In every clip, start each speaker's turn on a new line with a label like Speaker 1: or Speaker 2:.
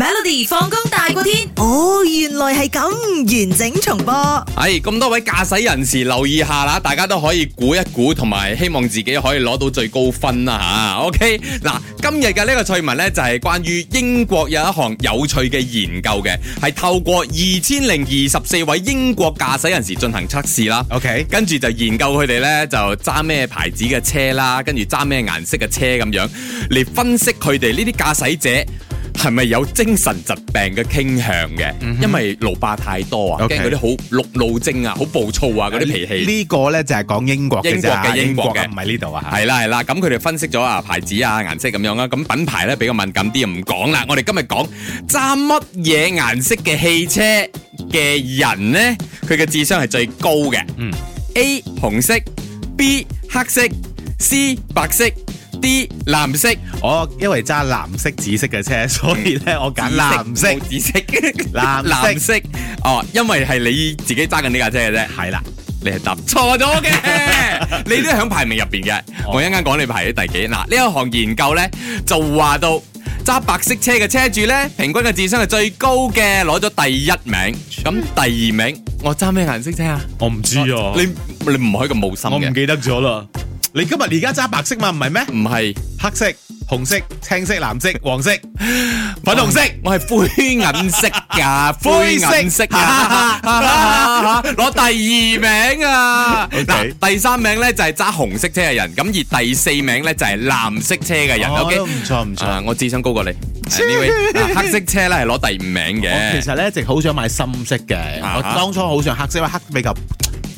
Speaker 1: Melody 放工大過天，哦，原來係咁，完整重播。
Speaker 2: 係咁多位駕駛人士留意下啦，大家都可以估一估，同埋希望自己可以攞到最高分啦吓。OK，嗱，今日嘅呢個趣聞呢，就係關於英國有一項有趣嘅研究嘅，係透過二千零二十四位英國駕駛人士進行測試啦。
Speaker 3: OK，
Speaker 2: 跟住就研究佢哋呢，就揸咩牌子嘅車啦，跟住揸咩顏色嘅車咁樣嚟分析佢哋呢啲駕駛者係咪有精神疾病嘅傾向嘅？因為路霸太多啊，
Speaker 3: 嗯 OK
Speaker 2: 驚嗰啲好陸路精啊，好暴躁啊嗰啲脾氣。
Speaker 3: 呢個咧就係講英國嘅咋
Speaker 2: 英國嘅英國嘅
Speaker 3: 唔係呢度啊嚇。
Speaker 2: 係啦係啦，咁佢哋分析咗啊牌子啊顏色咁樣啦，咁品牌咧比較敏感啲，唔講啦。我哋今日講揸乜嘢顏色嘅汽車嘅人呢，佢嘅智商係最高嘅。
Speaker 3: 嗯
Speaker 2: A 紅色，B 黑色，C 白色，D 藍色。
Speaker 3: 我因為揸藍色、紫色嘅 車，所以咧我揀藍色。
Speaker 2: 冇紫色，
Speaker 3: 藍色
Speaker 2: 藍色。哦，因為係你自己揸緊呢架車嘅啫。
Speaker 3: 係啦，
Speaker 2: 你係答錯咗嘅， 你都喺排名入邊嘅。
Speaker 3: 哦
Speaker 2: 我一陣間講你排喺第幾。嗱，呢一項研究呢，就話到揸白色車嘅車主呢，平均嘅智商係最高嘅，攞咗第一名。
Speaker 3: 嗯
Speaker 2: 咁第二名，我揸咩顏色車啊？
Speaker 3: 我唔知啊
Speaker 2: 你你唔可以咁冇心
Speaker 3: 我唔
Speaker 2: 嘅，
Speaker 3: 記得咗啦。你今日而家揸白色嘛？唔係 咩？
Speaker 2: 唔係
Speaker 3: 黑色、紅色、青色、藍色、黃色、粉紅色。
Speaker 2: 我係灰銀色噶，灰
Speaker 3: 灰色
Speaker 2: 銀色啊， 攞第二名啊！嗱
Speaker 3: OK，
Speaker 2: 第三名呢，就係揸紅色車嘅人，咁而第四名呢，就係藍色車嘅人。
Speaker 3: 哦
Speaker 2: OK，
Speaker 3: 唔錯唔錯
Speaker 2: 啊我智商高過你。Anyway，啊黑色車咧係攞第五名
Speaker 3: 我
Speaker 2: 嘅
Speaker 3: 其，實咧一直好想買深色嘅，
Speaker 2: 啊
Speaker 3: 我當初好想黑色，因為黑比較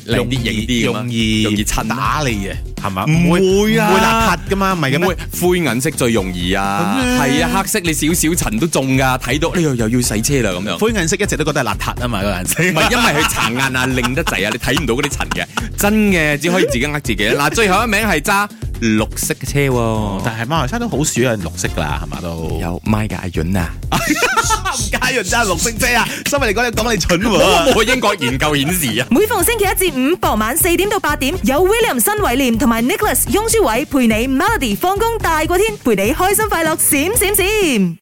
Speaker 2: 靚啲型啲咁啊
Speaker 3: 容易
Speaker 2: 容易襯啊
Speaker 3: 打你嘅，係嘛？
Speaker 2: 唔會啊
Speaker 3: 唔會邋遢噶嘛，唔係嘅
Speaker 2: 因為
Speaker 3: 咩？
Speaker 2: 灰銀色最容易啊，
Speaker 3: 咁咩
Speaker 2: 係啊，黑色你少少塵都中噶，睇到呢度又要洗車啦咁樣。
Speaker 3: 灰銀色一直都覺得係邋遢啊嘛，個顏 色。
Speaker 2: 唔係因哦為佢殘硬啊，擰得滯啊，你睇唔到嗰啲塵嘅，真嘅，只可以自己呃自己啦。嗱，最後一名係揸綠色嘅車喎，
Speaker 3: 哦但係馬來西亞都好少有人綠色㗎啦，係嘛都。
Speaker 2: 有 My 嘅阿潤啊。
Speaker 3: 吳家潤揸綠色 車啊！新聞嚟講你講你蠢喎。
Speaker 2: 我英國研究顯示啊，
Speaker 1: 每逢星期一至五傍晚四點到八點，有 William 新偉廉同埋 Nicholas 雍舒偉陪你 Melody 放工大過天，陪你開心快樂閃閃閃。